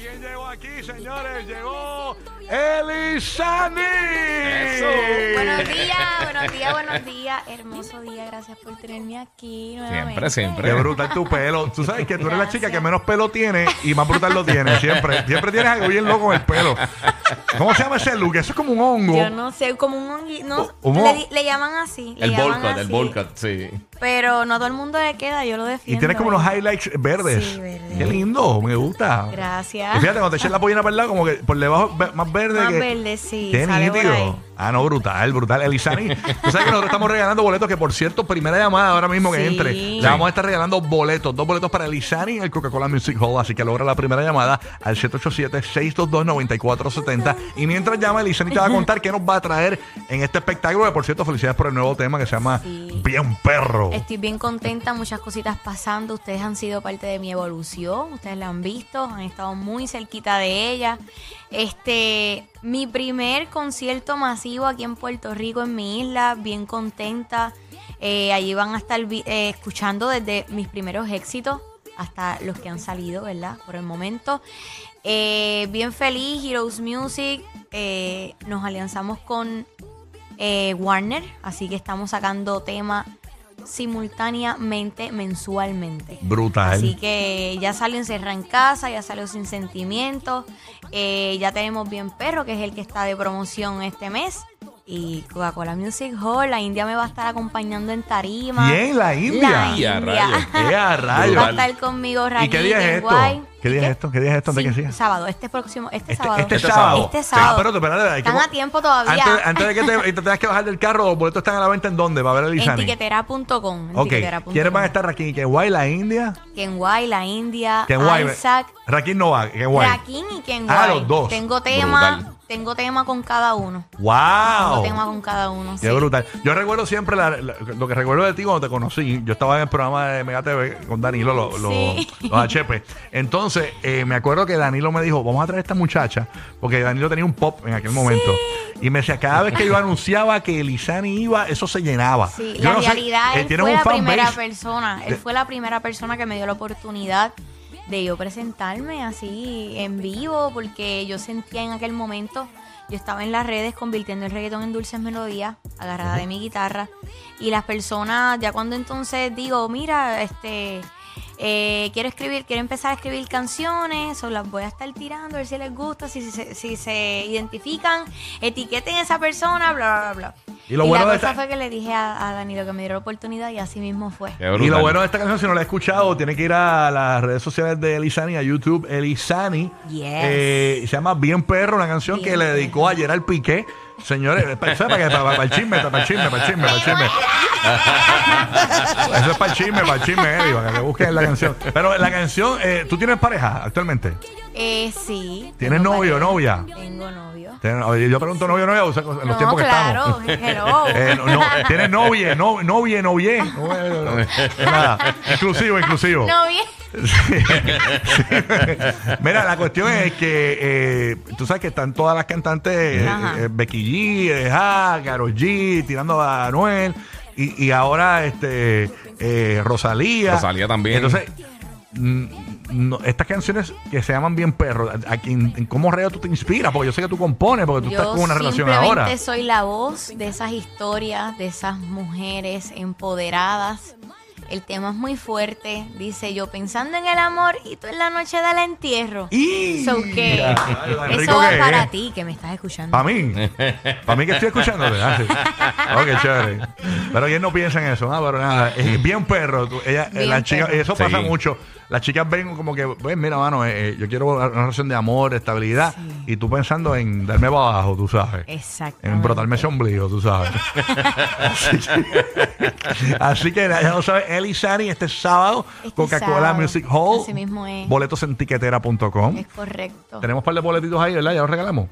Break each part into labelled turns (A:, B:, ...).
A: ¿Quién llegó aquí, señores? Llegó Elisani.
B: Buenos días, buenos días, buenos días. Hermoso día, gracias por tenerme aquí nuevamente.
A: Qué
C: siempre.
A: brutal tu pelo. Tú sabes que tú eres la chica que
B: Gracias.
A: menos pelo tiene y más brutal lo tiene. Siempre. Siempre tienes algo bien loco en el pelo. ¿Cómo se llama ese look? Eso es como un hongo.
B: Yo no sé, como un hongui- no,
A: ¿Cómo?
B: le, di- le llaman así. le
C: El
B: llaman
C: bowl cut, el
B: así.
C: bowl cut, sí.
B: Pero no a todo el mundo le queda, yo lo
A: Y
B: defiendo.
A: tienes como unos
B: ¿eh?
A: highlights verdes.
B: Sí, verdes.
A: Qué lindo, me gusta.
B: Gracias.
A: Y fíjate, cuando te eches la pollina para el lado, como que por debajo ve- más verde.
B: Más
A: que-
B: verde, sí,
A: Qué
B: sale por
A: nítido.
B: ahí.
A: Ah, no, brutal, brutal. Elisani, tú sabes que nosotros estamos regalando boletos, que por cierto, primera llamada ahora mismo que
B: Sí.
A: entre. Le vamos a estar regalando boletos, dos boletos para Elisani en el Coca-Cola Music Hall. Así que logra la primera llamada al 787-622-9470. Y mientras llama, Elisani te va a contar qué nos va a traer en este espectáculo. Que por cierto, felicidades por el nuevo tema que se llama
B: Sí. Este,
A: Bien Perro.
B: Estoy bien contenta, muchas cositas pasando. Ustedes han sido parte de mi evolución, ustedes la han visto, han estado muy cerquita de ella. Este, mi primer concierto masivo aquí en Puerto Rico, en mi isla, bien contenta. Eh, allí van a estar vi- eh, escuchando desde mis primeros éxitos hasta los que han salido, ¿verdad? Por el momento. Eh, bien feliz, Heroes Music. eh, nos alianzamos con eh, Warner, así que estamos sacando tema simultáneamente, mensualmente.
A: Brutal.
B: Así que ya salió Encerra en Casa, ya salió Sin Sentimientos, eh, ya tenemos Bien Perro, que es el que está de promoción este mes, y Coca-Cola Music Hall, la India me va a estar acompañando en tarima.
A: Bien, la India.
B: La
C: Y a rayos.
A: ¡Qué a rayos!
B: Va a estar conmigo
A: ¿Y qué día
B: Rayita,
A: es
B: en
A: esto?
B: Guay.
A: ¿Qué día es esto? ¿Qué día es esto? Antes
B: Sí,
A: que siga.
B: sábado, este próximo, este,
A: Este,
B: sábado.
A: este
C: Este
A: sábado.
B: Este
A: Ah,
B: sábado.
A: pero espérate, hay que
B: Están
A: po-
B: a tiempo todavía.
A: Antes, antes de que te, y te tengas que bajar del carro, los boletos están a la venta en dónde? Va a ver a
B: en
A: Lisani.
B: tiquetera.com. en
A: Ok.
B: tiquetera.com.
A: ¿Quiénes van a estar aquí? ¿Que guay la India?
B: Kenway, la India,
A: ¿Que guay?
B: Ah, Isaac,
A: Raquín no va. ¿Que guay?
B: Raquín y Kenway.
A: Ah, los dos.
B: Tengo tema,
C: Brutal.
B: tengo tema con cada uno. Tengo
A: ¡Wow!
B: tema con cada uno.
A: Qué
B: sí.
A: brutal. Yo recuerdo siempre la- la- lo que recuerdo de ti cuando te conocí. Yo estaba en el programa de Mega TV con Danilo, lo- lo-
B: Sí.
A: los HP. Entonces, eh, me acuerdo que Danilo me dijo, vamos a traer a esta muchacha, porque Danilo tenía un pop en aquel momento. Y me decía, cada vez que yo anunciaba que Lisani iba, eso se llenaba.
B: Sí,
A: Yo
B: la
A: no sé,
B: realidad
A: eh,
B: él
A: tienen
B: fue
A: un
B: la
A: fan
B: primera
A: base.
B: persona, él
A: De-
B: fue la primera persona que me dio la oportunidad de yo presentarme así en vivo, porque yo sentía en aquel momento, yo estaba en las redes convirtiendo el reggaetón en dulces melodías, agarrada de mi guitarra, y las personas, ya cuando entonces digo, mira, este, eh, quiero escribir, quiero empezar a escribir canciones, o las voy a estar tirando, a ver si les gusta, si, se- si se identifican, etiqueten a esa persona, bla, bla, bla. bla.
A: Y lo bueno
B: la
A: de
B: cosa
A: esta-
B: fue que le dije a, a Danilo que me diera la oportunidad y así mismo fue.
C: Qué brutal.
A: Y lo bueno de esta canción, si no la has escuchado, tiene que ir a las redes sociales de Elisani, a YouTube. Elisani
B: Yes.
A: eh, se llama Bien Perro, una canción
B: Bien
A: que le dedicó a Gerard Piqué. Señores, pa- eso es para, que- para- para el chisme, para el chisme, para el chisme, para el chisme. Eso es para el chisme, para el chisme, Eddie, para que busquen la canción. Pero la canción, eh, ¿tú tienes pareja actualmente?
B: Eh, sí.
A: ¿Tienes
B: Tengo
A: novio,
B: pareja.
A: novia?
B: Tengo novio.
A: Tienes- oye, Yo pregunto novio novia, o sea, en los
B: No,
A: tiempos que
B: claro,
A: estamos.
B: hello.
A: Eh, no, no, tienes novia, no, novia, novia. No, no, no, no. Nada, inclusivo, inclusivo.
B: Novia.
A: Mira, la cuestión es que eh, tú sabes que están todas las cantantes, eh,
B: Ajá.
A: eh, Becky G, eh, ah, Karol G, tirando a Anuel, y, y ahora este eh, Rosalía.
C: Rosalía también.
A: Entonces, mm, no, estas canciones que se llaman bien perro, ¿a, a quién- en ¿cómo reo tú te inspiras? Porque yo sé que tú compones, porque tú estás
B: Yo
A: con una relación
B: simplemente
A: ahora.
B: soy la voz de esas historias, de esas mujeres empoderadas. El tema es muy fuerte. Dice yo pensando en el amor y tú en la noche del entierro.
A: Y-
B: So que-
A: Ya, tan
B: Eso
A: rico
B: va
A: que
B: para
A: es.
B: ti que me estás escuchando.
A: Para mí, para mí que estoy escuchándote. Ah, sí. Ok, chévere. Pero ellos no piensan eso, ah, pero nada. Eh, bien perro. tú- ella, eh,
B: Mm. Bien
A: las chicas-
B: perro.
A: eso pasa
C: Sí.
A: mucho. Las chicas ven como que, pues mira, mano, eh, eh, yo quiero una relación de amor, estabilidad. Y tú pensando en darme para abajo, tú sabes. En
B: Exactamente.
A: brotarme ese ombligo, tú sabes. Así que- Así que ya lo sabes, Eli Sani este sábado,
B: Este
A: Coca-Cola
B: sábado.
A: Music Hall.
B: Así mismo es.
A: Boletos en tiquetera.com.
B: Es correcto.
A: Ah. Tenemos un par de boletitos ahí, ¿verdad? Ya los regalamos.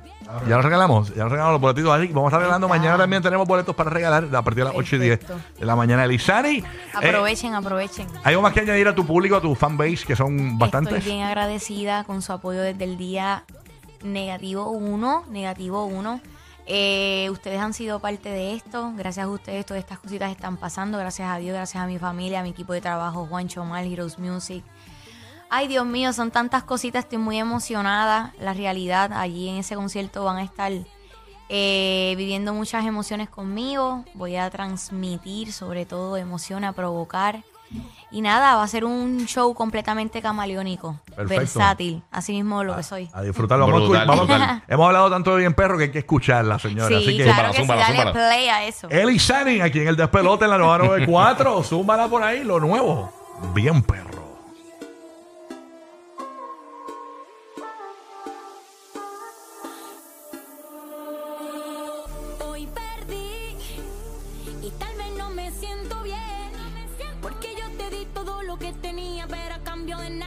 A: Ya los regalamos. Ya los regalamos los boletitos ahí. Vamos a estar regalando.
B: está.
A: Mañana también tenemos boletos para regalar a partir de las 8 y 10
B: Perfecto.
A: de la mañana. Elizari. eh,
B: Aprovechen, aprovechen.
A: ¿Hay algo más que añadir a tu público, a tu fanbase, que son bastantes?
B: Estoy bien agradecida con su apoyo desde el día negativo 1, negativo 1. Eh, ustedes han sido parte de esto, gracias a ustedes todas estas cositas están pasando, gracias a Dios, gracias a mi familia, a mi equipo de trabajo, Juancho Mal, Heroes Music, Ay, Dios mío, son tantas cositas, estoy muy emocionada. La realidad, allí en ese concierto van a estar eh, viviendo muchas emociones conmigo. Voy a transmitir sobre todo emoción, a provocar. Y nada, va a ser un show completamente camaleónico,
A: Perfecto. Ah,
B: versátil, así mismo lo que soy.
A: A disfrutarlo. Vamos a escu-
C: Brutal,
A: vamos a-
C: brutal.
A: hemos hablado tanto de Bien Perro que hay que escucharla, señora.
B: Sí,
A: Así que
B: claro que
C: Zúmbala,
B: sí, dale
C: zúmbala.
B: play a eso.
A: Eli Shannon aquí en el despelote en la 994. Zúmbala por ahí, lo nuevo. Bien Perro.
D: Hoy perdí y tal vez no me siento bien porque yo te di todo lo que tenía pero a cambio de nada.